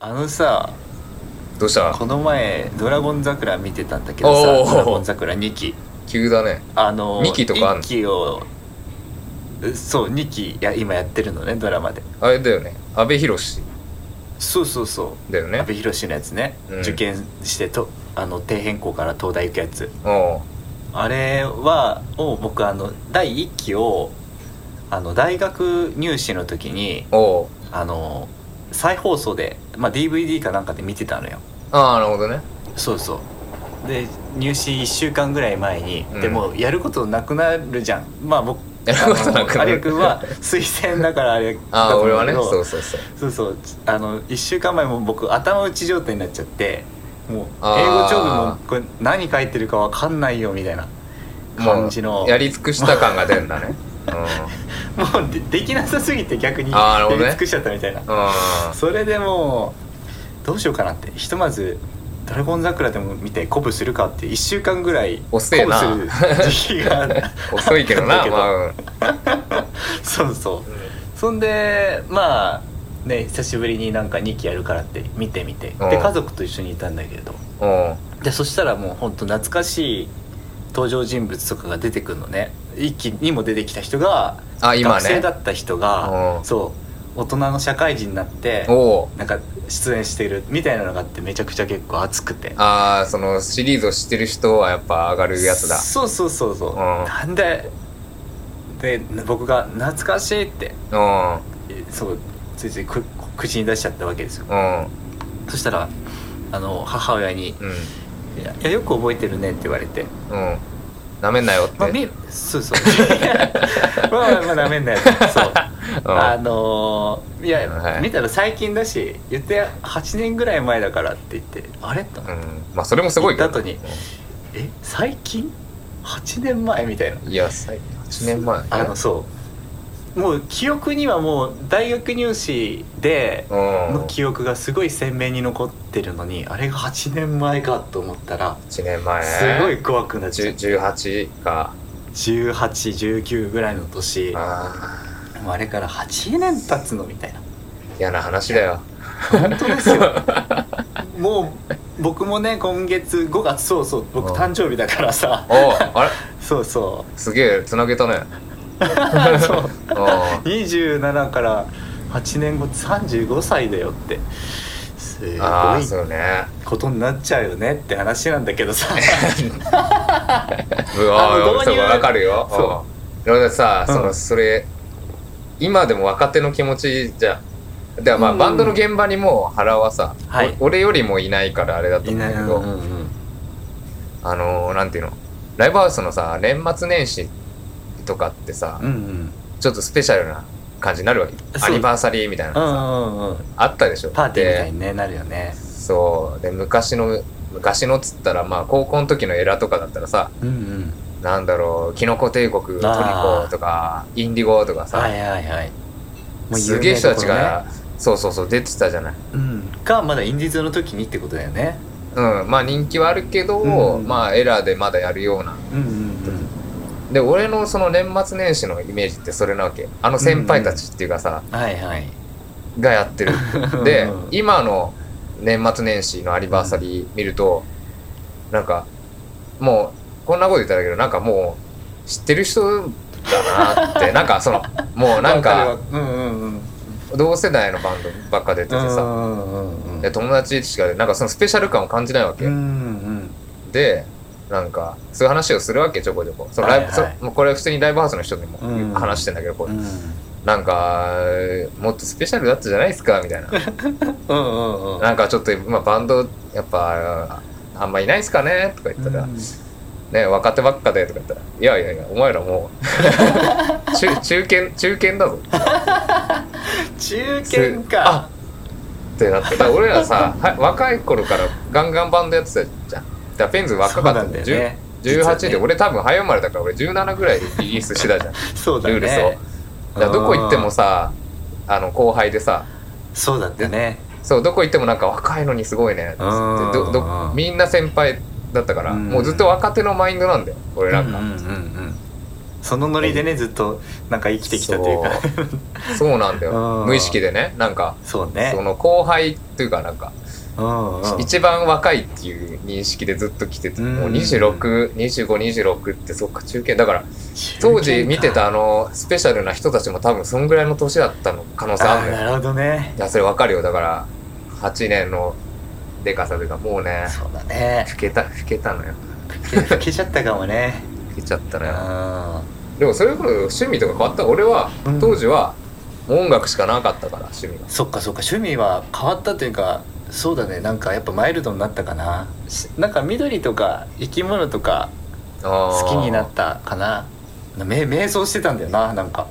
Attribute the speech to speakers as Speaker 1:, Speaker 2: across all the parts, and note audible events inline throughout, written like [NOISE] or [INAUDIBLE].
Speaker 1: あのさ
Speaker 2: どうした
Speaker 1: この前「ドラゴン桜」見てたんだけどさ「
Speaker 2: おー
Speaker 1: ドラゴン桜」2期
Speaker 2: 急だね
Speaker 1: あの
Speaker 2: 二期とかあんの
Speaker 1: 1期をそう2期や今やってるのねドラマで
Speaker 2: あれだよね阿部寛
Speaker 1: そうそうそ
Speaker 2: だよ
Speaker 1: う阿
Speaker 2: ね
Speaker 1: 部寛のやつね、
Speaker 2: うん
Speaker 1: 受験してとあの底辺校から東大行くやつ
Speaker 2: おう
Speaker 1: あれはを僕あの第1期をあの大学入試の時に
Speaker 2: おう
Speaker 1: あの再放送で、まあ、DVD かなんかで見てたのよ
Speaker 2: ああなるほどね
Speaker 1: そうそうで入試1週間ぐらい前に、
Speaker 2: うん
Speaker 1: でもやることなくなるじゃんまあ僕
Speaker 2: やることなくな
Speaker 1: あの有吉
Speaker 2: る
Speaker 1: 君は推薦だからあれ
Speaker 2: あ
Speaker 1: だ
Speaker 2: あ
Speaker 1: と
Speaker 2: 俺
Speaker 1: 思う
Speaker 2: は
Speaker 1: け
Speaker 2: ね
Speaker 1: ど
Speaker 2: そうそうそう
Speaker 1: そうそうあの1週間前も僕頭打ち状態になっちゃってもう
Speaker 2: あー
Speaker 1: 英語帳部もこれ何書いてるかわかんないよみたいな感じの
Speaker 2: もうやり尽くした感が出るん
Speaker 1: [LAUGHS]
Speaker 2: だねうん
Speaker 1: もうでできなさすぎて逆に
Speaker 2: あーなる
Speaker 1: や
Speaker 2: ほど
Speaker 1: り
Speaker 2: ね
Speaker 1: 尽くしちゃったみたいな、
Speaker 2: うん
Speaker 1: それでもうどうしようかなってひとまず「ドラゴン桜」でも見て鼓舞するかって1週間ぐらい鼓舞す
Speaker 2: 遅え
Speaker 1: る
Speaker 2: な
Speaker 1: 時期が
Speaker 2: [LAUGHS] 遅いけ
Speaker 1: [LAUGHS]
Speaker 2: ど
Speaker 1: あった
Speaker 2: なん
Speaker 1: だ
Speaker 2: まあうん
Speaker 1: そうそうそんでまあね久しぶりになんか2期やるからって見てみてで
Speaker 2: うん
Speaker 1: 家族と一緒にいたんだけれど
Speaker 2: おう
Speaker 1: でそしたらもうほんと懐かしい登場人物とかが出てくるのね一期にも出てきた人が
Speaker 2: あ今ね
Speaker 1: 学生だった人が、
Speaker 2: うん
Speaker 1: そう大人の社会人になって
Speaker 2: おう
Speaker 1: なんか出演してるみたいなのがあってめちゃくちゃ結構熱くて
Speaker 2: ああそのシリーズを知ってる人はやっぱ上がるやつだ
Speaker 1: そうそうそうそう、
Speaker 2: ん
Speaker 1: なんでで僕が「懐かしい」って
Speaker 2: うん
Speaker 1: そうついついく口に出しちゃったわけですよ
Speaker 2: うん
Speaker 1: そしたらあの母親に
Speaker 2: うん
Speaker 1: 「いやいやよく覚えてるね」って言われて
Speaker 2: うんなめんなよって
Speaker 1: まあ、みそう [LAUGHS] そうまあまあまあダメんだよそう
Speaker 2: [LAUGHS] うん
Speaker 1: あのーいや、
Speaker 2: はい
Speaker 1: 見たら最近だし言って8年ぐらい前だからって言ってあれと思
Speaker 2: う
Speaker 1: って
Speaker 2: んまあそれもすごいけ
Speaker 1: 言
Speaker 2: ど
Speaker 1: った後にえ最近8年前みたいな
Speaker 2: うんいや最8年前
Speaker 1: あのそうもう記憶にはもう大学入試で
Speaker 2: うん
Speaker 1: の記憶がすごい鮮明に残ってるのにあれが8年前かと思ったら
Speaker 2: 1年前
Speaker 1: すごい怖くなっちゃう
Speaker 2: 10 18か
Speaker 1: 1819ぐらいの年
Speaker 2: あ
Speaker 1: もうあれから8年経つのみたいな
Speaker 2: あ嫌な話だよ
Speaker 1: 本当
Speaker 2: [LAUGHS]
Speaker 1: ですよもう僕もね今月5月そうそう僕
Speaker 2: うん
Speaker 1: 誕生日だからさ
Speaker 2: おうあれ
Speaker 1: そうそ
Speaker 2: すげえつなげたね
Speaker 1: [LAUGHS]
Speaker 2: [LAUGHS]
Speaker 1: うそう
Speaker 2: うん
Speaker 1: 27から8年後35歳だよってすごい
Speaker 2: ああそ
Speaker 1: [LAUGHS]
Speaker 2: うね
Speaker 1: ことになっちゃうよねって話なんだけど
Speaker 2: [LAUGHS]
Speaker 1: さ
Speaker 2: う
Speaker 1: あ
Speaker 2: わ
Speaker 1: の
Speaker 2: ー
Speaker 1: 導入
Speaker 2: そうわかるよ
Speaker 1: そ
Speaker 2: うんだからさ
Speaker 1: うん
Speaker 2: そのそれ今でも若手の気持ちじゃんでま
Speaker 1: う
Speaker 2: あ
Speaker 1: ん
Speaker 2: バンドの現場にもう原はさ
Speaker 1: はい
Speaker 2: お俺よりもいないからあれだと
Speaker 1: い
Speaker 2: 思
Speaker 1: な
Speaker 2: うんだ
Speaker 1: い
Speaker 2: け
Speaker 1: な
Speaker 2: どあのーなんていうのライブハウスのさ年末年始とかってさ
Speaker 1: うんうん
Speaker 2: ちょっとスペシャルな感じになるわけ
Speaker 1: そう
Speaker 2: アニバーサリーみたいなの
Speaker 1: う
Speaker 2: がさ
Speaker 1: んうんうん
Speaker 2: あったでしょ
Speaker 1: パーティーみたい
Speaker 2: で
Speaker 1: に、ね、なるよね
Speaker 2: そうで昔の昔のっつったらまあ高校の時のエラとかだったらさ
Speaker 1: うんうん
Speaker 2: なんだろうキノコ帝国トリコ
Speaker 1: あー
Speaker 2: とかインディゴとかさ、
Speaker 1: はいはいはいもう有
Speaker 2: す
Speaker 1: 名
Speaker 2: げえ
Speaker 1: な
Speaker 2: 人
Speaker 1: と
Speaker 2: た
Speaker 1: こ
Speaker 2: ち
Speaker 1: ろね
Speaker 2: が、そうそうそう出てたじゃない
Speaker 1: うんがまだインディーズの時にってことだよね
Speaker 2: うんまあ人気はあるけど、
Speaker 1: うん
Speaker 2: まあエラでまだやるような
Speaker 1: うんうん
Speaker 2: で俺のその年末年始のイメージってそれなわけあの先輩たちっていうかさ、
Speaker 1: うんはいはい
Speaker 2: が
Speaker 1: [LAUGHS]
Speaker 2: やってるで
Speaker 1: うん
Speaker 2: 今の年末年始のアニバーサリー見ると、なんかもうこんなこと言ったらだけどなんかもう知ってる人だなって
Speaker 1: [LAUGHS]
Speaker 2: なんかそのもうなん
Speaker 1: わ
Speaker 2: か
Speaker 1: るわうんうんうん
Speaker 2: 同世代のバンドばっか出てて
Speaker 1: う
Speaker 2: さ、
Speaker 1: んうんうんうん
Speaker 2: で友達しかなんかそのスペシャル感を感じないわけ、
Speaker 1: うんうん
Speaker 2: でなんかそういう話をするわけちょこちょこそのライブ、
Speaker 1: はいはい
Speaker 2: そもうこれ普通にライブハウスの人にも
Speaker 1: うん
Speaker 2: 話してんだけど、こ
Speaker 1: う
Speaker 2: れ
Speaker 1: ん
Speaker 2: なんかもっとスペシャルだったじゃないですかみたいな
Speaker 1: うんうんうん
Speaker 2: なんかちょっと今バンドやっぱあんまいないっすかねとか言ったら、
Speaker 1: うん
Speaker 2: ね若手ばっかでとか言ったらいやいやいやお前らもう [LAUGHS] 中中堅中堅だぞ
Speaker 1: 中堅
Speaker 2: す
Speaker 1: か
Speaker 2: あってなってだから俺らさは若い頃からガンガンバンドやってたじゃんだからペンズ若かっ
Speaker 1: そ
Speaker 2: た
Speaker 1: うなんだよ
Speaker 2: じゅ
Speaker 1: ね
Speaker 2: 18で
Speaker 1: 実はね
Speaker 2: 俺多分早生まれだから俺17ぐらいでリリースしてたじゃん
Speaker 1: そうだね
Speaker 2: ルールそうだからどこ行ってもさあの後輩でさ
Speaker 1: そうだったね
Speaker 2: そうどこ行ってもなんか若いのにすごいねっつって
Speaker 1: うん
Speaker 2: どどみんな先輩だったから
Speaker 1: うん
Speaker 2: もうずっと若手のマインドなんだよ俺なんか、
Speaker 1: うんうんうんうんそのノリでねずっとなんか生きてきたというか
Speaker 2: そうなんだ
Speaker 1: う
Speaker 2: よ
Speaker 1: ん
Speaker 2: 無意識でねなんか
Speaker 1: そうね
Speaker 2: その後輩というかなんか
Speaker 1: うんうん
Speaker 2: 一番若いっていう認識でずっと来てて
Speaker 1: うん
Speaker 2: もう262526ってそっか中堅だから当時見てたあのスペシャルな人たちも多分そんぐらいの年だったの可能性あ
Speaker 1: あ
Speaker 2: る
Speaker 1: ー
Speaker 2: のよ
Speaker 1: なるほどね
Speaker 2: いやそれわかるよだから8年のでかさというかもうね
Speaker 1: そうだね
Speaker 2: 老けた老けたのよ
Speaker 1: 消けちゃったかもね
Speaker 2: 老けちゃった
Speaker 1: う
Speaker 2: の
Speaker 1: ん
Speaker 2: よでもそれこそ趣味とか変わった俺は
Speaker 1: うん
Speaker 2: 当時はもう音楽しかなかったから趣味が
Speaker 1: そっかそっか趣味は変わったというかそうだねなんかやっぱマイルドになったかなしなんか緑とか生き物とか好きになったかなめ瞑想してたんだよななんか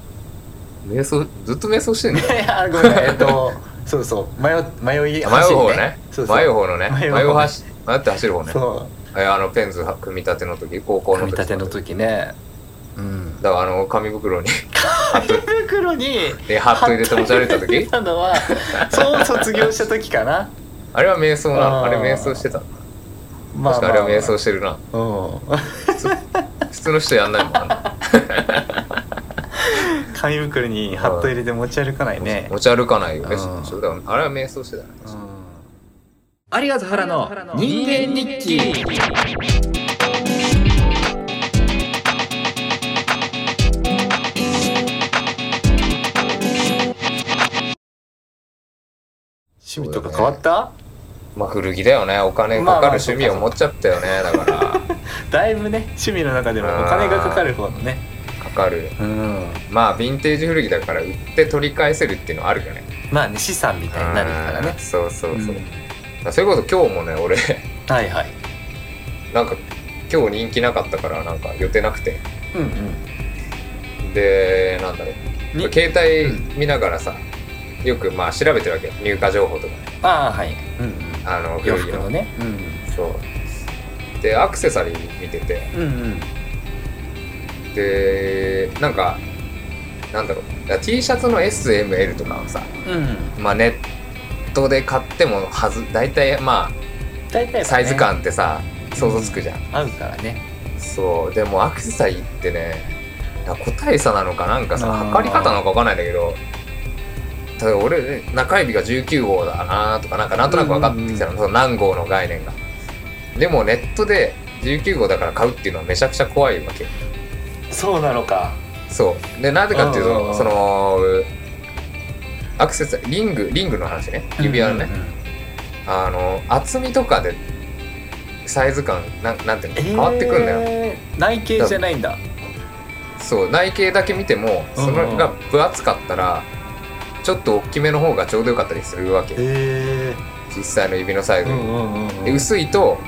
Speaker 2: 瞑想ずっと瞑想してん
Speaker 1: い
Speaker 2: のよ
Speaker 1: [LAUGHS] やごめんえっとそうそう迷う迷い
Speaker 2: [LAUGHS] 迷う方ね
Speaker 1: そうそう
Speaker 2: 迷う方のね
Speaker 1: 迷
Speaker 2: 迷
Speaker 1: う方
Speaker 2: う
Speaker 1: ね
Speaker 2: はし迷って走る方ね
Speaker 1: そ
Speaker 2: えあのペンズ組み立ての時高
Speaker 1: う
Speaker 2: 校の
Speaker 1: 組み
Speaker 2: 時
Speaker 1: 立ての時ねうん
Speaker 2: だからあの紙袋に [LAUGHS]
Speaker 1: [LAUGHS] 袋に
Speaker 2: えハット入れて持ち歩いた時
Speaker 1: たのはそう卒業した時かな
Speaker 2: あれは瞑想なの
Speaker 1: あ
Speaker 2: あ
Speaker 1: ー
Speaker 2: れ瞑想してたの
Speaker 1: ま
Speaker 2: [LAUGHS] 確かあれは瞑想してるな
Speaker 1: うん
Speaker 2: 普通の人やんないもんあんな
Speaker 1: 紙袋にハット入れて持ち歩かないね
Speaker 2: 持ち歩かないよね
Speaker 1: うん
Speaker 2: そうだよあれは瞑想してたね
Speaker 1: ありがとう原の人間日記趣味とか変わった、
Speaker 2: まあ古着だよねお金
Speaker 1: まあ
Speaker 2: か
Speaker 1: ま
Speaker 2: か
Speaker 1: あ
Speaker 2: る趣味を持っちゃったよねだから
Speaker 1: だいぶね趣味の中でもお金がかかる方のね
Speaker 2: かかる
Speaker 1: うん
Speaker 2: まあヴィンテージ古着だから売って取り返せるっていうのはあるよね
Speaker 1: まあね資産みたいになるから
Speaker 2: うん
Speaker 1: ね
Speaker 2: そうそうそう、
Speaker 1: うん
Speaker 2: それこそ今日もね俺
Speaker 1: はいはい
Speaker 2: なんか今日人気なかったからなんか予定なくて
Speaker 1: うんうん
Speaker 2: でなんだろう
Speaker 1: に
Speaker 2: 携帯見ながらさ、よくまあ調べてるわけよ入荷情報とか
Speaker 1: ああはいうんうん
Speaker 2: あの
Speaker 1: 洋
Speaker 2: 古着
Speaker 1: 服
Speaker 2: の
Speaker 1: のねう
Speaker 2: そうでアクセサリー見てて
Speaker 1: んうん
Speaker 2: でなんかなんだろうだから T シャツの SML とかはさ、
Speaker 1: うんうん
Speaker 2: まあ、ネットで買ってもはず大体ま
Speaker 1: 大体はね
Speaker 2: あサイズ感ってさ、想像つくじゃん、
Speaker 1: 合うからね
Speaker 2: そうでもアクセサリーってねなんか個体差なのかなんかさ
Speaker 1: あー
Speaker 2: 測り方なのかわかんないんだけど例えば俺中指が19号だなとかなんかなんとなく分かってきたの,、その何号の概念がでもネットで19号だから買うっていうのはめちゃくちゃ怖いわけ
Speaker 1: そうなのか
Speaker 2: そうでなぜかっていう
Speaker 1: あー
Speaker 2: とそのアクセサリーリングリングの話ね指輪のね、
Speaker 1: うんうんうん
Speaker 2: あの厚みとかでサイズ感なんなんていうの変わってくんだよ、
Speaker 1: えー内径じゃないんだ
Speaker 2: そう内径だけ見てもそれが分厚かったらちょっと大きめの方がちょうどよかったりするわけ
Speaker 1: へ
Speaker 2: 実際の指のサイ
Speaker 1: え
Speaker 2: ズ、
Speaker 1: うんうんうんうん
Speaker 2: で薄いと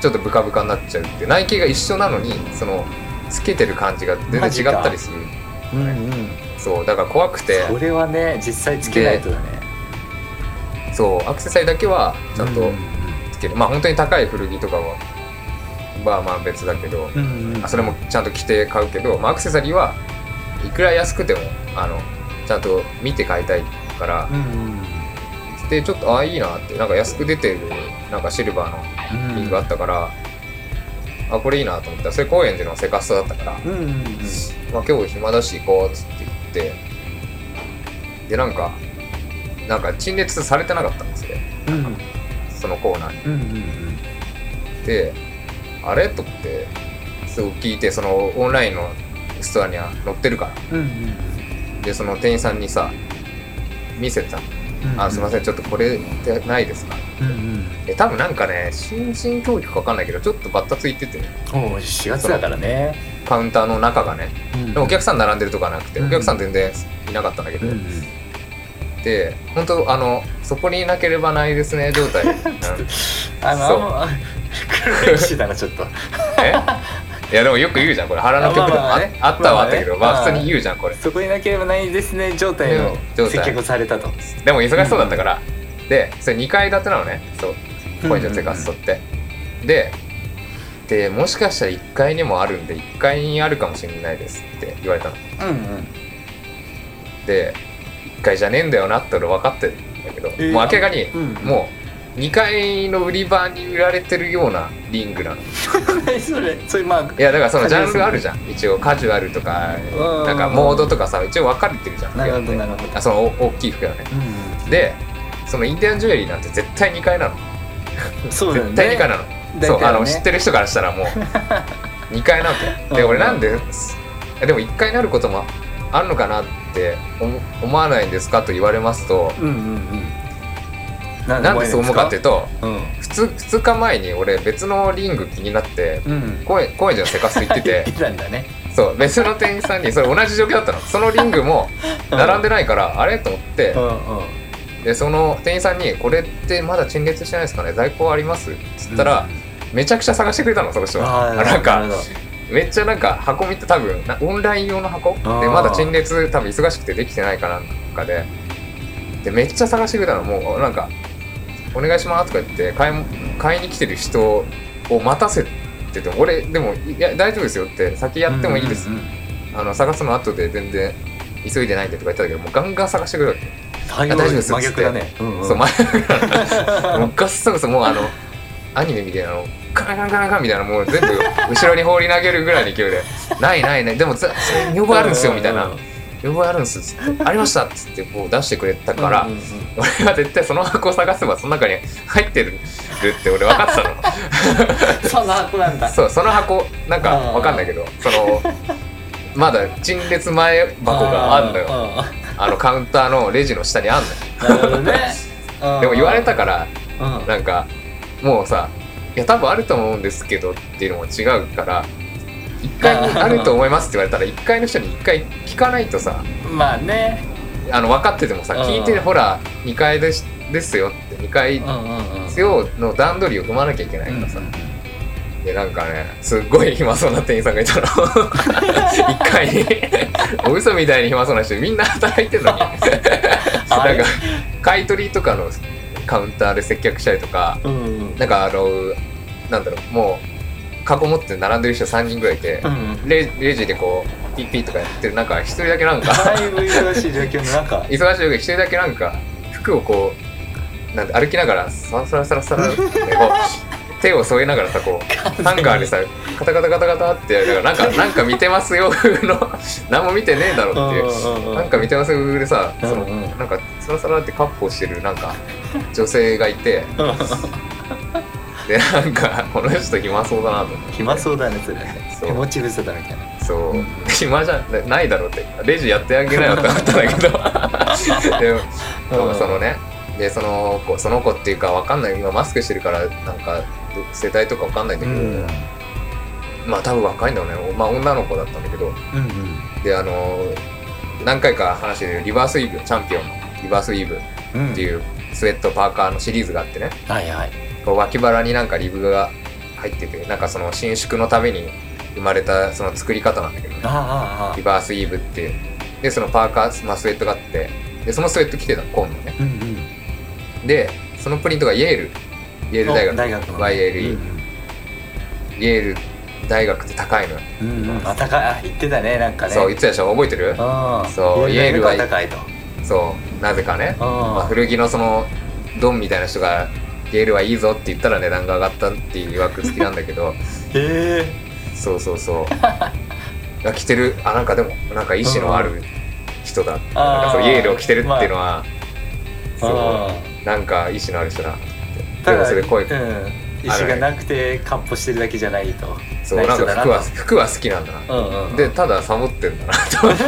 Speaker 2: ちょっとブカブカになっちゃうって内径が一緒なのにそのつけてる感じが全
Speaker 1: マジ
Speaker 2: 然違
Speaker 1: か
Speaker 2: ったりする
Speaker 1: うんうん
Speaker 2: そうだから怖くて
Speaker 1: これはね実際つけないとだね
Speaker 2: そうアクセサリーだけはちゃん
Speaker 1: うん
Speaker 2: とつける、まあ本当に高い古着とかはまあまあ別だけど、
Speaker 1: うんうん
Speaker 2: あそれもちゃんと着て買うけど、まあ、アクセサリーはいくら安くてもあのちゃんと見て買いたいから
Speaker 1: う、んうん
Speaker 2: でちょっとああいいなってなんか安く出てるなんかシルバー
Speaker 1: うん
Speaker 2: のリングあったから、あこれいいなと思ったらそれ高円寺のセカストだったから、
Speaker 1: うんうんうん
Speaker 2: まあ、今日暇だし行こうっつって言ってでなんかなんか陳列されてなかったんですよ
Speaker 1: うん
Speaker 2: そのコーナーに
Speaker 1: うんうん
Speaker 2: であれと思ってすぐ聞いてそのオンラインのストアには載ってるか
Speaker 1: うんうん
Speaker 2: らでその店員さんにさ見せた
Speaker 1: うん
Speaker 2: あすいませんちょっとこれってないですか
Speaker 1: うんうん
Speaker 2: え多分なんかね新人教育か分かんないけどちょっとバッタついてて
Speaker 1: おう4月だからね
Speaker 2: カウンターの中がね
Speaker 1: うん
Speaker 2: でもお客さん並んでるとかなくて
Speaker 1: うん
Speaker 2: お客さん全然いなかったんだけ
Speaker 1: う
Speaker 2: ど、
Speaker 1: んうん
Speaker 2: で本当あのそこにいなければないですね状
Speaker 1: [LAUGHS]
Speaker 2: 態、うん
Speaker 1: あ
Speaker 2: そう
Speaker 1: のあんま黒歴史だなちょっと
Speaker 2: えいやでもよく言うじゃんこれ腹の曲で
Speaker 1: ま
Speaker 2: も
Speaker 1: あま
Speaker 2: あ
Speaker 1: あね
Speaker 2: あったはあったけ
Speaker 1: ま
Speaker 2: ど、
Speaker 1: あ
Speaker 2: ま
Speaker 1: まあ
Speaker 2: あ
Speaker 1: ね
Speaker 2: 普通に言うじゃんこれ
Speaker 1: そこになければないですね状態を
Speaker 2: 状
Speaker 1: 接
Speaker 2: 態
Speaker 1: 客されたと
Speaker 2: でも忙しそうだったから、でそれ2階建てなのねそうポイント生活とって、ででもしかしたら1階にもあるんで1階にあるかもしれないですって言われたの
Speaker 1: うんうん
Speaker 2: で1回じゃねえんだよなって俺分かってるんだけど、
Speaker 1: えー
Speaker 2: もう明らかに
Speaker 1: うん
Speaker 2: も2階の売り場に売られてるようなリングなのい
Speaker 1: 何 [LAUGHS] それそれまあ
Speaker 2: やだからそのジャンルあるじゃん一応カジュアルとか
Speaker 1: うん
Speaker 2: なんかモードとかさ一応分かれてるじゃん
Speaker 1: なるほ
Speaker 2: 服
Speaker 1: ど
Speaker 2: 屋
Speaker 1: な
Speaker 2: って
Speaker 1: るほど
Speaker 2: あそのお大きい服屋ね
Speaker 1: う
Speaker 2: でそのインディアンジュエリーなんて絶対2階なの、
Speaker 1: んそうだよね
Speaker 2: 絶対2階なの
Speaker 1: 大体
Speaker 2: そ
Speaker 1: は
Speaker 2: う
Speaker 1: ね
Speaker 2: あの知ってる人からし
Speaker 1: [LAUGHS]
Speaker 2: たらもう2階なわけで
Speaker 1: うん
Speaker 2: 俺なんででも1階になることもあるのかなって思思わないんですかと言われますと
Speaker 1: うんうんうんなん
Speaker 2: なんでそう思うかっていうと
Speaker 1: うん
Speaker 2: 2, 2日前に俺別のリング気になって
Speaker 1: うん
Speaker 2: 高円高円寺のセカスト行って
Speaker 1: 言って [LAUGHS] てたんだね
Speaker 2: そう別の店員さんにそれ同じ状況だったのそのリングも並んでないからあれと思って
Speaker 1: うんうん
Speaker 2: でその店員さんに「これってまだ陳列してないですかね在庫あります?」っつったら、めちゃくちゃ探してくれたのその人は
Speaker 1: あー
Speaker 2: なん
Speaker 1: る
Speaker 2: か
Speaker 1: ほど
Speaker 2: めっちゃなんか箱見て多分なオンライン用の箱で
Speaker 1: あー
Speaker 2: まだ陳列多分忙しくてできてないかなんかででめっちゃ探してくれたのもうなんか「お願いします」とか言って買いも買いに来てる人を待たせてて俺でも「いや大丈夫ですよ」って「先やってもいいです」
Speaker 1: うんうんうん
Speaker 2: あの探すの後で全然急いでないんでとか言ったんだけどもうガンガン探してくれるわけ
Speaker 1: 対応
Speaker 2: 大丈夫です
Speaker 1: 真逆だねうんうん
Speaker 2: そう、前から、もうガッサガサ、もうあの、アニメみたいなの、カランカランカランカランみたいな、もう全部後ろに放り投げるぐらいの勢いで、ないないない、でも、ざそれ見覚えあるんですよ、みたいな
Speaker 1: うんうん、
Speaker 2: 見覚えあるんですっつって、ありましたっつって、こう出してくれたから
Speaker 1: うんう、んうん
Speaker 2: 俺は絶対その箱を探せば、その中に入ってるって俺分かってたの。
Speaker 1: そんな箱 [LAUGHS] なんだ
Speaker 2: そうその箱なんか
Speaker 1: うん
Speaker 2: 分かんないけどそのまだ陳列前箱があんのよ
Speaker 1: よ
Speaker 2: あのカウンターのレジの下にあんのよ
Speaker 1: なるほどね
Speaker 2: [LAUGHS] でも言われた
Speaker 1: か
Speaker 2: から
Speaker 1: らうん
Speaker 2: なんかもうさ「いや多分あると思うんですけど」っていうのも違うから1階に「あると思います」って言われたら1階の人に1回聞かないとさ
Speaker 1: まあね
Speaker 2: あの分かっててもさ
Speaker 1: うん
Speaker 2: 聞いて「ほら2階ですですよ」って2階
Speaker 1: うん
Speaker 2: で
Speaker 1: うんうん
Speaker 2: すよの段取りを踏まなきゃいけないからさでなんかねすっごい暇そうな店員さんがいた [LAUGHS] の1階にお嘘みたいに暇そうな人みんな働いてる [LAUGHS] のになんか
Speaker 1: あれ
Speaker 2: 買い取りとかのカウンターで接客したりとか
Speaker 1: うんうんうん
Speaker 2: なんかあの、なんだろう、もう、囲もって並んでる人3人ぐらいいて
Speaker 1: う、ん
Speaker 2: レレジでこう、ピッピッとかやってる中、一人だけなんか、
Speaker 1: だいぶ忙しい状況の中
Speaker 2: 忙しい時に一人だけなんか、服をこう、なんて歩きながら、サラサラサラサラってこう、手を添えながらさ、こう、ハンガーでさ、カタカタカタカタってやりながら、なんか、なんか見てますよ、風の、何も見てねえだろっていう。なんか見てますよ、風でさ、その、
Speaker 1: うんうん
Speaker 2: なんか、サラサラってカッポしてる、なんか、女性がいて、でなんかこの人暇そうだなと思って
Speaker 1: 暇そうだねそれ
Speaker 2: そう
Speaker 1: 手持ち無沙汰みたいな
Speaker 2: そう、
Speaker 1: うん
Speaker 2: 暇じゃなないだろうってレジやってあげなよって思ったん
Speaker 1: [LAUGHS]
Speaker 2: だけどでもでもそのねでその子その子っていうかわかんない今マスクしてるからなんかど世代とかわかんないんだ
Speaker 1: う
Speaker 2: けど、
Speaker 1: ん
Speaker 2: まあ多分若いんだろうねまあ女の子だったんだけど
Speaker 1: うん
Speaker 2: であの何回か話してるリバースイーブチャンピオンのリバースイーブっ
Speaker 1: うん
Speaker 2: ていうスウェットパーカーのシリーズがあってね
Speaker 1: はいはい
Speaker 2: こう脇腹になんかリブが入っててなんかその伸縮のために生まれたその作り方なんだけどね
Speaker 1: ああああ
Speaker 2: リバースイーブっていうでそのパーカー、まあ、スウェットがあってでそのスウェット着てたの今度ね
Speaker 1: うんうん
Speaker 2: でそのプリントがイエールイェール大学
Speaker 1: 大学の
Speaker 2: YLE イエール大学って高いのよ、
Speaker 1: うんうんうんあ高いあ言ってたねなんかね
Speaker 2: そう言ってたでしょ覚えてる
Speaker 1: ああ
Speaker 2: そう
Speaker 1: イエールは
Speaker 2: イエールは
Speaker 1: 高いと
Speaker 2: そうなぜかね、まあ、
Speaker 1: あ
Speaker 2: 古着のそのドンみたいな人がイエールはいいぞって言ったら値段が上がったっていう曰く好きなんだけ
Speaker 1: へ
Speaker 2: ど
Speaker 1: え
Speaker 2: そうそうそうが着てるあなんかでもなんか意志のある人だ、なんかそう
Speaker 1: あ
Speaker 2: イ
Speaker 1: ー
Speaker 2: エールを着てるっていうのは、
Speaker 1: あ
Speaker 2: そ
Speaker 1: あ
Speaker 2: うなんか意志のある人だなと思って
Speaker 1: た
Speaker 2: でも
Speaker 1: だ
Speaker 2: それ声、
Speaker 1: うん、石がなくてカッポしてるだけじゃないと
Speaker 2: そう
Speaker 1: な
Speaker 2: な
Speaker 1: い
Speaker 2: ん
Speaker 1: 人だ
Speaker 2: か
Speaker 1: な
Speaker 2: 服は服は好きなんだな、
Speaker 1: うんうん
Speaker 2: でただサボってんだな
Speaker 1: [LAUGHS]
Speaker 2: と思って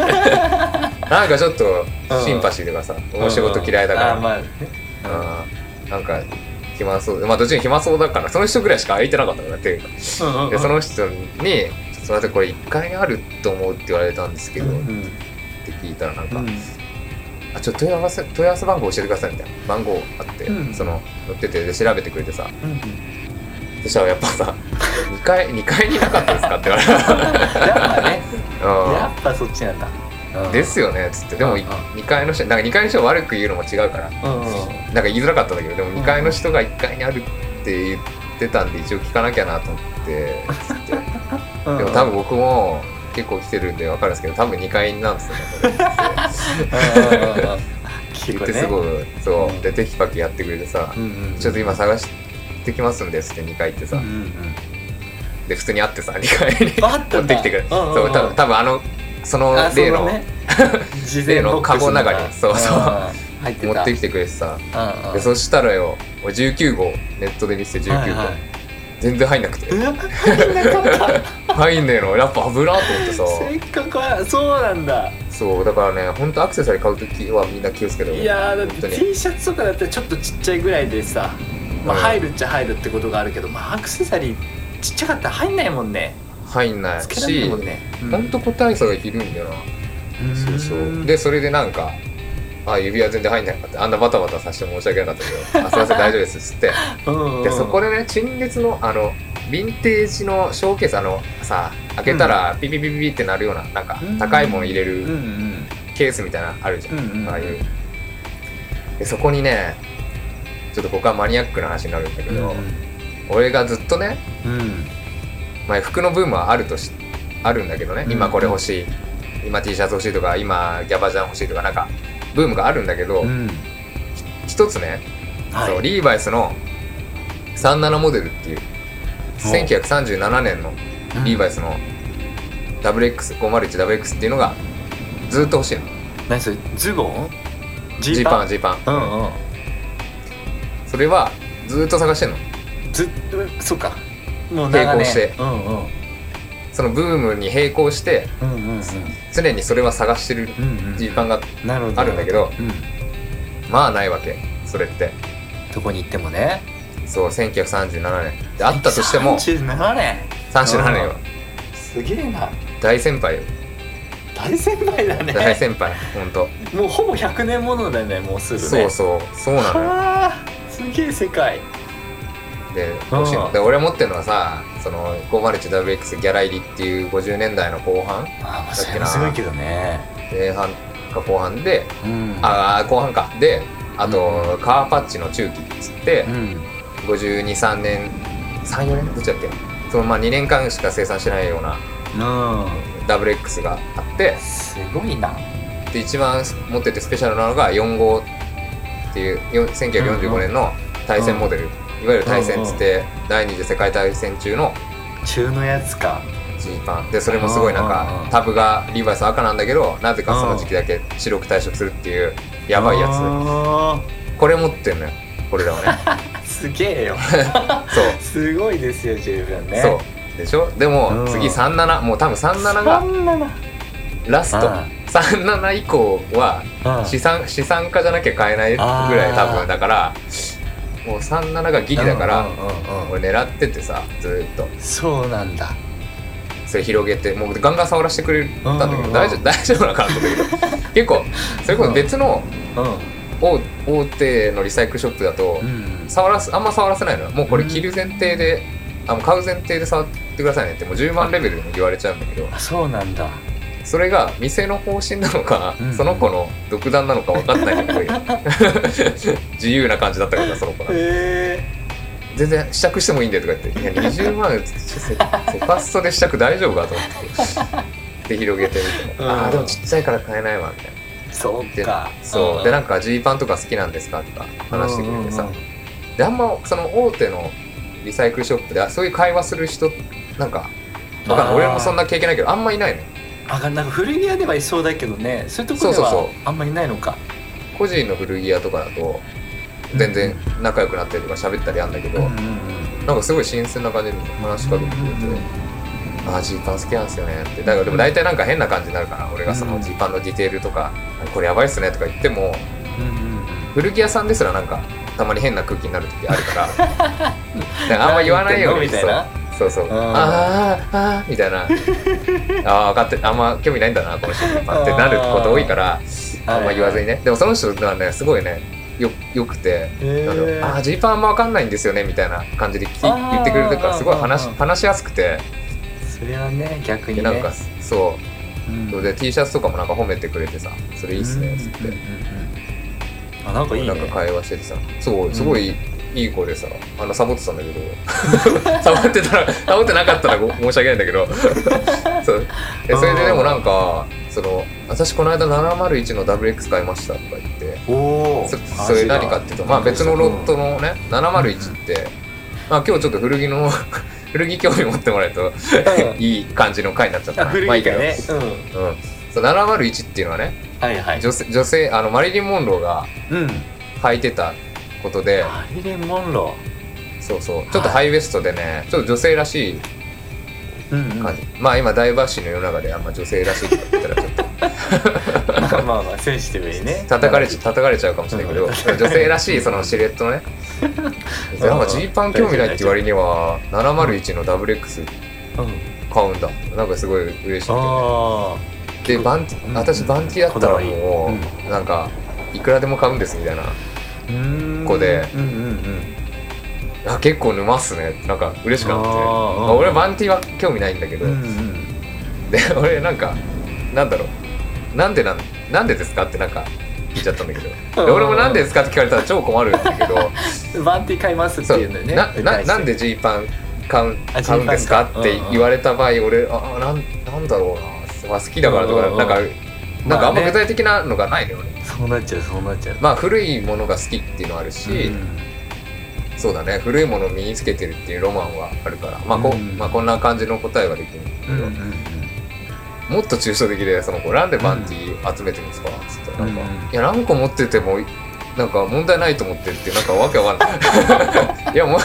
Speaker 2: なんかちょっとシンパシーとかさ、お仕事嫌いだから、
Speaker 1: あーまあね
Speaker 2: うんなんか暇そうまあどっちに暇そうだからその人ぐらいしか空いてなかったから手が
Speaker 1: うんうんうん
Speaker 2: でその人に「ちょっと待ってこれ1階にあると思う」って言われたんですけ
Speaker 1: う
Speaker 2: ど、
Speaker 1: んう
Speaker 2: っ
Speaker 1: ん
Speaker 2: て聞いたらなんか、
Speaker 1: うん
Speaker 2: あちょっと問い合わせ問い合わせ番号教えてくださいみたいな番号あって、
Speaker 1: うん
Speaker 2: その載っててで調べてくれてさ
Speaker 1: うん
Speaker 2: そしたらやっぱさ2階二階になかったですかって言われ
Speaker 1: やっぱね
Speaker 2: た、
Speaker 1: やっぱそっちなんだう
Speaker 2: うんん、ですよねっつってでも
Speaker 1: うん
Speaker 2: 2階の人なんか2階の人を悪く言うのも違うからなん
Speaker 1: うんうん
Speaker 2: か言いづらかったんだけどでも
Speaker 1: ん
Speaker 2: 2階の人が1階にあるって言ってたんで一応聞かなきゃなと思ってつ
Speaker 1: [LAUGHS]
Speaker 2: って
Speaker 1: うん
Speaker 2: でも多分僕も結構来てるんで分かるんですけど多分2階なんですよねこれ
Speaker 1: うんうんうんうん聞キ
Speaker 2: っ
Speaker 1: パキ
Speaker 2: てすごい、そうう。
Speaker 1: ん
Speaker 2: で、テキパキやってくれてさ
Speaker 1: う、んうん
Speaker 2: ちょっと今探してきますんですって2回行ってさ
Speaker 1: うんう、ん
Speaker 2: で、普通に会ってさ、2回に
Speaker 1: あった
Speaker 2: 持ってきてくれ
Speaker 1: う
Speaker 2: る。
Speaker 1: んうんうん
Speaker 2: そう、多分多分あの、その
Speaker 1: あそ
Speaker 2: 例の
Speaker 1: ね事前ボックス
Speaker 2: [LAUGHS] 例のカゴの中にそうそうん
Speaker 1: 入って
Speaker 2: 持
Speaker 1: た
Speaker 2: ってきてくれてさ、
Speaker 1: うんうん
Speaker 2: で、そしたらよ、俺19号、ネットで見せて
Speaker 1: はい
Speaker 2: 19号
Speaker 1: は。い
Speaker 2: 全然入んなくて
Speaker 1: う。わ入んなか
Speaker 2: [LAUGHS]
Speaker 1: った
Speaker 2: 入んねえの。やっぱ危なと思っ
Speaker 1: [LAUGHS]
Speaker 2: てさ。
Speaker 1: せっかくはそうなんだ
Speaker 2: そうだからね本当アクセサリー買うときはみんな気をつけて
Speaker 1: いやーだっ
Speaker 2: 本
Speaker 1: て
Speaker 2: 当に
Speaker 1: T シャツとかだったらちょっとちっちゃいぐらいでさ、まあ、
Speaker 2: うん
Speaker 1: 入るっちゃ入るってことがあるけど、まあ、アクセサリーちっちゃかったら入んないもんね
Speaker 2: 入んない
Speaker 1: つけられない
Speaker 2: し
Speaker 1: もんね
Speaker 2: 本当個体差がいるんだよな、
Speaker 1: うん
Speaker 2: そうそうでそれでなんかあ指輪全然入んなかったあんなバタバタさせて申し訳なかったけどあすいません大丈夫ですっつって
Speaker 1: うんうん
Speaker 2: でそこでね陳列のあのヴィンテージのショーケースあのさ開けたらピピピピピってなるようななんか
Speaker 1: うん
Speaker 2: 高いもの入れ
Speaker 1: うんう
Speaker 2: る
Speaker 1: ん
Speaker 2: ケースみたいなのあるじゃん、
Speaker 1: うんうんうん
Speaker 2: ああいうでそこにねちょっと僕はマニアックな話になるんだけ
Speaker 1: うん
Speaker 2: ど、俺がずっとね
Speaker 1: うん
Speaker 2: まあ、服のブームはあるとしあるんだけどね
Speaker 1: うん
Speaker 2: 今これ欲しい、今 T シャツ欲しいとか今ギャバジャン欲しいとかなんかブームがあるんだけど、
Speaker 1: うん
Speaker 2: 一つね、
Speaker 1: はい
Speaker 2: そうリーバイスの37モデルっていう
Speaker 1: お
Speaker 2: 1937年のリーバイスの WX501WX っていうのがずっと欲しいの
Speaker 1: 何それズボン
Speaker 2: ジ
Speaker 1: ジー
Speaker 2: ーパ
Speaker 1: パ
Speaker 2: ン
Speaker 1: ン
Speaker 2: ジーパン
Speaker 1: うんうん
Speaker 2: それはずっと探してんの
Speaker 1: ずっとそうかもう
Speaker 2: 並
Speaker 1: 長
Speaker 2: 行
Speaker 1: 年
Speaker 2: して
Speaker 1: うんうん
Speaker 2: そのブームに並行して
Speaker 1: うんうんうん
Speaker 2: 常にそれは探してる
Speaker 1: うんうん
Speaker 2: ジーパンが
Speaker 1: なるほど
Speaker 2: あるんだけど
Speaker 1: うん
Speaker 2: まあないわけそれって
Speaker 1: どこに行ってもね
Speaker 2: そう1937年であったとしても
Speaker 1: 37年
Speaker 2: 37年よ
Speaker 1: すげえな
Speaker 2: 大先輩よ
Speaker 1: 大先輩だね
Speaker 2: 大先輩ほんと
Speaker 1: もうほぼ100年ものだよねもうすぐね
Speaker 2: そうそうそうなのよ
Speaker 1: はあすげえ世界
Speaker 2: で欲しいので俺持ってるのはさその 501WX ギャラ入りっていう50年代の後半
Speaker 1: ああ
Speaker 2: だっけな
Speaker 1: それもすごいけどね
Speaker 2: 前半か後半で
Speaker 1: うん
Speaker 2: ああ後半かであと、カーパッチの中期っつって
Speaker 1: う、ん
Speaker 2: 523年34年どっちだっけそのまあ2年間しか生産してないような
Speaker 1: うん
Speaker 2: WX があって
Speaker 1: すごいな
Speaker 2: で一番持っててスペシャルなのが4号っていうよ1945年の対戦モデル、いわゆる対戦っつって、第二次世界大戦中の
Speaker 1: 中のやつか
Speaker 2: ジーパンでそれもすごいなん
Speaker 1: うんうん
Speaker 2: か
Speaker 1: うん
Speaker 2: タブがリーバイス赤なんだけどなぜかその時期だけ白く退色するっていうやばいや
Speaker 1: あ
Speaker 2: つこれ持ってんのよ俺らはね
Speaker 1: ーすげえよ
Speaker 2: [LAUGHS] そう
Speaker 1: すごいですよ十分ね
Speaker 2: そうでしょでも、
Speaker 1: うん
Speaker 2: 次37もう多分37が
Speaker 1: 37
Speaker 2: ラスト、
Speaker 1: うん
Speaker 2: 37以降は
Speaker 1: うん
Speaker 2: 資産資産家じゃなきゃ買えないぐらい多分だからもう37がギリだから、
Speaker 1: うんうんうんうん
Speaker 2: 俺狙っててさずーっと
Speaker 1: そうなんだ
Speaker 2: それ広げてもうガンガン触らせてくれたんだけ
Speaker 1: うんうんう
Speaker 2: ど
Speaker 1: ん
Speaker 2: 大丈夫 [LAUGHS] 大丈夫なのかなと思ったけど結構それこそ別の
Speaker 1: う
Speaker 2: 大大手のリサイクルショップだと
Speaker 1: んうん
Speaker 2: 触らすあんま触らせないのよもうこれ着る前提で、あの買う前提で触ってくださいねってもう10万レベルでも言われちゃうんだけど
Speaker 1: あそうなんだ
Speaker 2: それが店の方針なのか、
Speaker 1: うん
Speaker 2: その子の独断なのか分かんないけ [LAUGHS] ど自由な感じだったからその子は
Speaker 1: へえ
Speaker 2: 全然試着してもいいんだよとか言って「いや20万円せせファストで試着大丈夫か?」と思ってで広げてみて「
Speaker 1: うん
Speaker 2: ああでもちっちゃいから買えないわ」みたいな
Speaker 1: そう
Speaker 2: で
Speaker 1: か
Speaker 2: そうで
Speaker 1: ん
Speaker 2: なんかジーパンとか好きなんですかとか話してくれてさ、
Speaker 1: うんうん
Speaker 2: であんまその大手のリサイクルショップであそういう会話する人なんかわかんな
Speaker 1: あー
Speaker 2: い俺もそんな経験ないけどあんまいないの
Speaker 1: あなんか古着屋ではいそうだけどねそういうところで
Speaker 2: そうそう
Speaker 1: は
Speaker 2: そ
Speaker 1: あんまりないのか
Speaker 2: 個人の古着屋とかだと全然仲良くなったりとか喋ったりあんだけど、
Speaker 1: うんうん
Speaker 2: なんかすごい新鮮な感じで話しかけてくれて。
Speaker 1: うん
Speaker 2: あージーパン好きなんですよねってだからでも大体なんか変な感じになるから俺がそのジーパンのディテールとかこれやばいっすねとか言っても
Speaker 1: うん
Speaker 2: 古着屋さんですらなんかたまに変な空気になる時ある
Speaker 1: [LAUGHS]
Speaker 2: からなんかあんま言わないよう
Speaker 1: 何
Speaker 2: に
Speaker 1: 言ってんのみたいな
Speaker 2: そうそうそう
Speaker 1: うん
Speaker 2: あーあー
Speaker 1: [LAUGHS]
Speaker 2: みたいなあー分かってあんま興味ないんだなこの人ジーパンってなること多いからあんま言わずにねでもその人はねすごいねよよくて
Speaker 1: へー
Speaker 2: なんだろうあージーパンあんま分かんないんですよねみたいな感じで聞き
Speaker 1: あー
Speaker 2: 言ってくれるからすごい話
Speaker 1: うんうん
Speaker 2: 話しやすくて
Speaker 1: それはね逆に
Speaker 2: で
Speaker 1: ね
Speaker 2: なんかそう
Speaker 1: うん
Speaker 2: それで T シャツとかもなんか褒めてくれてさ「それいいっすね」っつっ
Speaker 1: うんう
Speaker 2: て
Speaker 1: んうんあなんかいい
Speaker 2: な
Speaker 1: ね
Speaker 2: んか会話しててさそうすごいいい子でさあのサボってたんだけど [LAUGHS] サボってたらサボってなかったらご申し訳ないんだけど [LAUGHS] そうでそれででもなんかその「私この間701の WX 買いました」とか言って
Speaker 1: おお
Speaker 2: そそれ何かっていうと、まあ、別のロットのね701って、まあ、今日ちょっと古着の [LAUGHS] 古着興味持ってもらえるといい感じの回になっちゃったな
Speaker 1: 古
Speaker 2: まあい
Speaker 1: い
Speaker 2: いけ
Speaker 1: か
Speaker 2: ど、
Speaker 1: ねうん
Speaker 2: うん、そう701っていうのはね
Speaker 1: はいはい
Speaker 2: 女性女性あのマリリン・モンローが
Speaker 1: うん
Speaker 2: 履いてたことで
Speaker 1: マリリン・モンロ
Speaker 2: そうそうちょっとハイウエストでね、ちょっと女性らしい
Speaker 1: ーうん、うん、ま
Speaker 2: 感じ、まあ今ダイバーシーの世の中であんま女性らしいとか言ったらちょっと
Speaker 1: あまあまあセンシティブに [LAUGHS] ね
Speaker 2: 叩かれちゃ叩かれちゃうかもしれないけど
Speaker 1: うん
Speaker 2: [LAUGHS] 女性らしいそのシルエットの
Speaker 1: [LAUGHS]
Speaker 2: ね
Speaker 1: うん
Speaker 2: あまあジーパン興味ないって割には701の WX
Speaker 1: うん
Speaker 2: 買うんだなんかすごい嬉しいんだよ
Speaker 1: あ
Speaker 2: ねでバンティ
Speaker 1: うん
Speaker 2: 私バンティだったら
Speaker 1: こだわ
Speaker 2: もうなんかいくらでも買うんですみたいな
Speaker 1: あうん
Speaker 2: ここで
Speaker 1: うんうんうん
Speaker 2: あ結構沼っすねなんか嬉しくなって
Speaker 1: あー
Speaker 2: まあ
Speaker 1: うん
Speaker 2: 俺バンティは興味ないんだけど
Speaker 1: うんうん
Speaker 2: で俺なんかなんだろうなんでなんなんでですかってなんか聞いちゃったんだけどで俺もなんでですかって聞かれたら超困るんだけど
Speaker 1: バンティ買いますって
Speaker 2: そう
Speaker 1: いうんだよね
Speaker 2: なななんでジーパン買うん
Speaker 1: あ
Speaker 2: 買うんですか
Speaker 1: ジーパンか
Speaker 2: って言われた場合俺あなんなんだろうな、まあ、好きだからとか
Speaker 1: うんうん
Speaker 2: なんかなんかあんま具
Speaker 1: まあ
Speaker 2: 体的なのがないのよね。
Speaker 1: そうなっちゃうそうなっちゃう
Speaker 2: まあ古いものが好きっていうのはあるし、
Speaker 1: うん
Speaker 2: そうだね古いものを身につけてるっていうロマンはあるから、まあこ
Speaker 1: うん
Speaker 2: まあ、こんな感じの答えはできるんだけ
Speaker 1: う
Speaker 2: ど、
Speaker 1: んうん
Speaker 2: もっと抽象的で、その子、なんでバンティー集めてるんですかつって、なんか、
Speaker 1: うん
Speaker 2: いや、何個持ってても、なんか問題ないと思ってるって、なんかわけわかんない。い [LAUGHS] や、もう、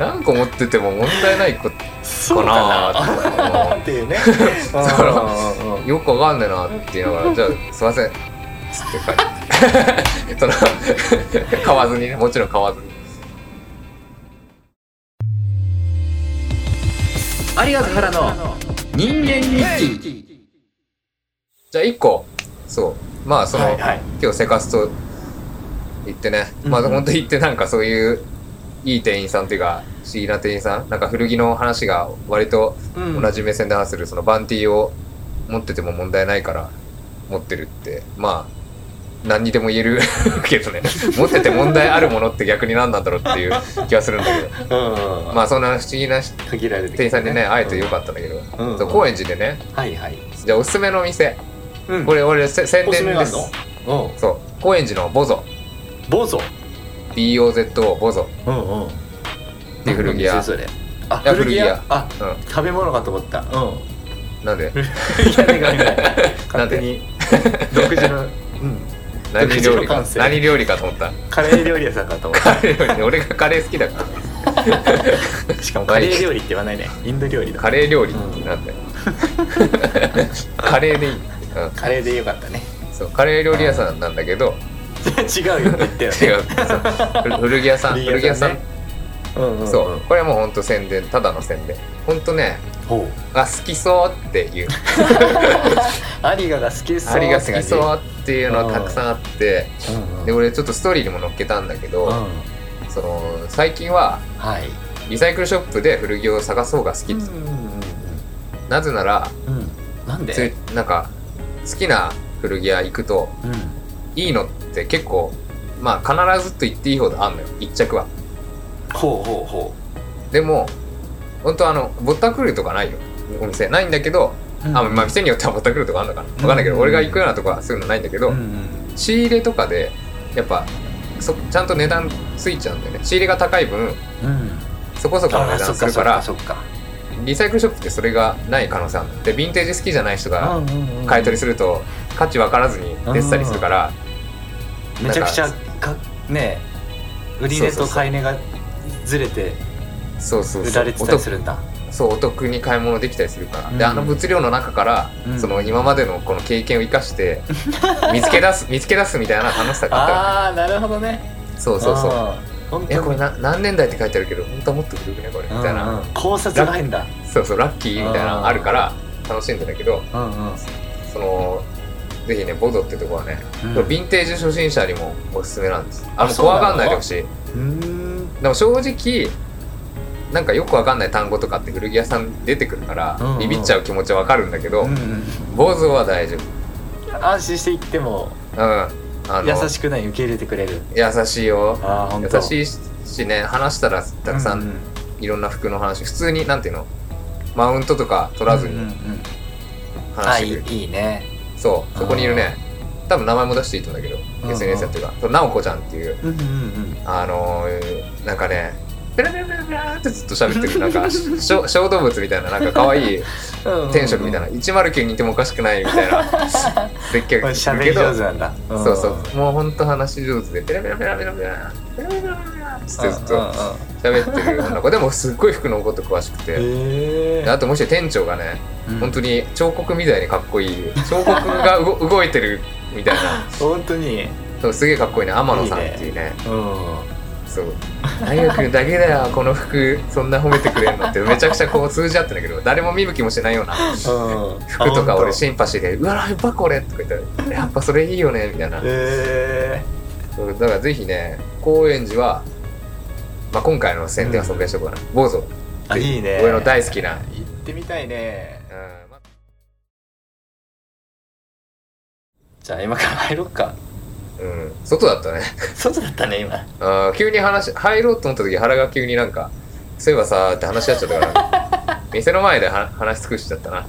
Speaker 2: 何個持ってても問題ないこ
Speaker 1: そ
Speaker 2: か
Speaker 1: う
Speaker 2: な
Speaker 1: か
Speaker 2: ーって
Speaker 1: な
Speaker 2: 思
Speaker 1: っていうね
Speaker 2: う
Speaker 1: うん
Speaker 2: うよくわかんないなって言いながら、じゃあ、すいません。つって帰る。その、買わずにね、もちろん買わずに。
Speaker 1: ありがとう原の
Speaker 2: 人間日記じゃあ、一個、 [LAUGHS] そう、まあ、その、
Speaker 1: はいはい
Speaker 2: 今日セカスト行ってね、まあ
Speaker 1: うんうん
Speaker 2: 本当に行ってなんかそういういい店員さんっていうか不思議な店員さんなんか古着の話が割と同
Speaker 1: 同
Speaker 2: じ目線で話するそのバンティーを持ってても問題ないから持ってるってまあ何にでも言える [LAUGHS] けどね持ってて問題あるものって逆に何なんだろうっていう [LAUGHS] 気はするんだけどま
Speaker 1: まあ
Speaker 2: あそんな不思議な
Speaker 1: 限られて
Speaker 2: 店員さんにね会えてよ
Speaker 1: っ
Speaker 2: かったんだけど、
Speaker 1: うん
Speaker 2: そう高円寺でね
Speaker 1: はいはい
Speaker 2: じゃあおすすめのお店
Speaker 1: うん
Speaker 2: これ俺せ宣
Speaker 1: おすす
Speaker 2: 伝
Speaker 1: めがあ
Speaker 2: で
Speaker 1: る
Speaker 2: す
Speaker 1: のうん
Speaker 2: そう高円寺のボゾ
Speaker 1: ボゾ
Speaker 2: BOZO ボゾ
Speaker 1: うんうん
Speaker 2: で古着屋
Speaker 1: それあ
Speaker 2: いや
Speaker 1: 古着
Speaker 2: 古着屋
Speaker 1: 屋あ
Speaker 2: う
Speaker 1: 食べ物かと思ったうん
Speaker 2: んな
Speaker 1: [LAUGHS]
Speaker 2: んで
Speaker 1: いやねごめ [LAUGHS] んごめん勝手に独自のうん
Speaker 2: 何料理
Speaker 1: 口の
Speaker 2: か
Speaker 1: 感性
Speaker 2: 何料理かと思った [LAUGHS]
Speaker 1: カレー料理屋さんかと思っ
Speaker 2: カレー料理俺がカレー好きだか
Speaker 1: たしかもカレー料理って言わないねインド料理
Speaker 2: ら
Speaker 1: だ
Speaker 2: カレー料理
Speaker 1: うん
Speaker 2: なんだよカレーでいい、うん
Speaker 1: カレーでよかったね
Speaker 2: そうカレー料理屋さんなんだけど
Speaker 1: [LAUGHS] 違うよって言ったよね
Speaker 2: 違うそう古古着屋さん古着屋さん、
Speaker 1: ねうんうんん
Speaker 2: そうこれはもうほんと宣伝ただの宣伝ほんとね
Speaker 1: ほう
Speaker 2: あ好きそうっていう
Speaker 1: アリガが好きそう
Speaker 2: ありが好き
Speaker 1: う
Speaker 2: そうっていうのたくさんあって
Speaker 1: うんうん
Speaker 2: で俺ちょっとストーリーにも載っけたんだけ
Speaker 1: うん
Speaker 2: どその最近は
Speaker 1: はい
Speaker 2: リサイクルショップで古着を探そうが好きっ
Speaker 1: うん
Speaker 2: て
Speaker 1: うん
Speaker 2: なぜなら
Speaker 1: うんなん
Speaker 2: つい
Speaker 1: で
Speaker 2: なんか好きな古着屋行くと
Speaker 1: うん
Speaker 2: いいのって結構まあ必ずと言っていいほどあんのよ一着は
Speaker 1: ほうほうほ
Speaker 2: でも本当あのぼったくるとかないよお店ないんだけど、
Speaker 1: う
Speaker 2: あまあ店によってはぼったくるとかあるのかな分かんないけど、
Speaker 1: うん
Speaker 2: 俺が行くようなとこはそういうのないんだけど、
Speaker 1: うんうん
Speaker 2: 仕入れとかでやっぱそちゃんと値段ついちゃうんだよね仕入れが高い分
Speaker 1: うん
Speaker 2: そこそこの
Speaker 1: あ
Speaker 2: 値
Speaker 1: そ
Speaker 2: 段
Speaker 1: っ
Speaker 2: す
Speaker 1: か
Speaker 2: る
Speaker 1: そ
Speaker 2: か
Speaker 1: っ
Speaker 2: ら
Speaker 1: かそっか
Speaker 2: リサイクルショップってそれがない可能性あるのでヴィンテージ好きじゃない人が買い取り
Speaker 1: り
Speaker 2: すると価値分からずに出てたりするから、
Speaker 1: めちゃくちゃかねえ売り値
Speaker 2: そ
Speaker 1: と
Speaker 2: うそうそう
Speaker 1: 買い値がずれて
Speaker 2: そうそうそう
Speaker 1: 売られてたりするんだ
Speaker 2: お得そうお得に買い物できたりするから、
Speaker 1: うん
Speaker 2: であの物量の中から、
Speaker 1: うん
Speaker 2: その今までのこの経験を生かして
Speaker 1: [LAUGHS]
Speaker 2: 見つけ出す見つけ出すみたいな楽しさがあったか
Speaker 1: ああなるほどね
Speaker 2: らそうそうそう
Speaker 1: 本
Speaker 2: えこ
Speaker 1: 当
Speaker 2: れ
Speaker 1: に
Speaker 2: な何年代って書いてあるけど本当はもっと古くねこれみたいな、
Speaker 1: うんうん考察が入んだ
Speaker 2: そうそうラッキーみたいな
Speaker 1: あー
Speaker 2: のあるから楽しんでたけど
Speaker 1: うんうん
Speaker 2: そのぜひねボドってとこはね、
Speaker 1: うん
Speaker 2: これヴィンテージ初心者にもおすすめなんですあの
Speaker 1: そうな
Speaker 2: 怖
Speaker 1: の
Speaker 2: がんないでほしいう
Speaker 1: ーん
Speaker 2: でも正直なんかよくわかんない単語とかって古着屋さん出てくるから、
Speaker 1: うんうん
Speaker 2: ビビっちゃう気持ちはわかるんだけど、
Speaker 1: うんうん
Speaker 2: 坊主は大丈夫。
Speaker 1: 安心していっても
Speaker 2: うん。あの
Speaker 1: 優しくない受け入れてくれる
Speaker 2: 優しいよ。
Speaker 1: ああ本当
Speaker 2: 優しいしね、話したらたくさ
Speaker 1: うん
Speaker 2: いろんな服の話、普通に、なんていうのマウントとか取らず
Speaker 1: うんうん
Speaker 2: に
Speaker 1: うん
Speaker 2: 話
Speaker 1: あ
Speaker 2: して
Speaker 1: い
Speaker 2: くれ
Speaker 1: い
Speaker 2: る。
Speaker 1: いいね
Speaker 2: そう、そこにいるね、多分名前も出していいと思うんだけ
Speaker 1: うん
Speaker 2: ど、
Speaker 1: うん
Speaker 2: SNS やってるから、そのなおこちゃんっていう、
Speaker 1: うんうんうん
Speaker 2: あのーなんかね、ペラペラペラペラってずっと喋ってる、な
Speaker 1: [LAUGHS]
Speaker 2: んか、し小小動物みたいな、なんか可愛い天職みたいな、109にいてもおかしくないみた
Speaker 1: [LAUGHS]
Speaker 2: いな、接客
Speaker 1: な
Speaker 2: す
Speaker 1: 喋
Speaker 2: る
Speaker 1: り
Speaker 2: けど、
Speaker 1: 上手なんだ
Speaker 2: そうそう、もうほんと話し上手で、ペラペラペラペラペラ、ペラペラペラペラっつってずっと喋ってる女の子、でもすっごい服のこと詳しくて、
Speaker 1: へ
Speaker 2: であともし店長がね、本当
Speaker 1: に
Speaker 2: に彫刻みたいにかっこいい彫刻がうご動いてるみたいな
Speaker 1: 本当に
Speaker 2: そうすげえかっこいいね天野さんっていうね
Speaker 1: うん
Speaker 2: そう大学だけだよこの服そんな褒めてくれるのってめちゃくちゃこう通じ合ってんだけど誰も見向きもしないような
Speaker 1: うん
Speaker 2: 服とか俺
Speaker 1: へ
Speaker 2: シンパシーで「うわやっぱこれ」とか言ったら「やっぱそれいいよね」みたいな
Speaker 1: え
Speaker 2: そうだからぜひね高円寺は、まあ、今回の宣伝はそんぐらいしとこうかな坊主、
Speaker 1: あいいね
Speaker 2: 俺の大好きな、
Speaker 1: 行ってみたいね
Speaker 2: うんま
Speaker 1: じゃあ今から入ろっか
Speaker 2: うん、外だったね
Speaker 1: 外だったね今
Speaker 2: あー急に話入ろうと思った時原が急になんか「そういえばさ」って話し合っちゃったから
Speaker 1: [LAUGHS]
Speaker 2: 店の前では話し尽くしちゃったな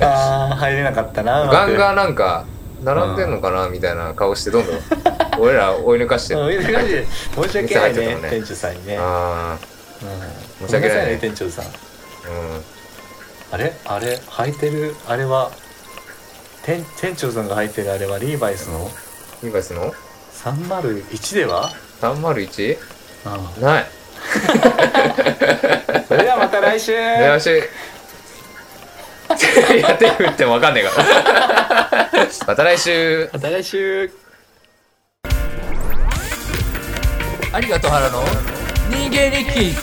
Speaker 1: あー入れなかったな
Speaker 2: ガンガンなんか並んでんのかなみたいな顔してどんどん俺ら追い抜かして
Speaker 1: [LAUGHS] うん
Speaker 2: る
Speaker 1: マジで申し訳ない
Speaker 2: 店入っちゃった
Speaker 1: ね
Speaker 2: もんね
Speaker 1: 店長さんにね
Speaker 2: あ
Speaker 1: うん
Speaker 2: 申し訳な
Speaker 1: ごめ
Speaker 2: いね
Speaker 1: んね店長さん
Speaker 2: ーうん
Speaker 1: あれあれ履いてるあれは店店長さんが履いてるあれはリーバイスの
Speaker 2: リーバイスの
Speaker 1: 301では
Speaker 2: 301?
Speaker 1: う
Speaker 2: ない
Speaker 1: んそれではまた来週
Speaker 2: や [LAUGHS] らしやってくっても分かんねえから [LAUGHS] また来週
Speaker 1: また来週
Speaker 2: ありがとう原の
Speaker 3: 人間日記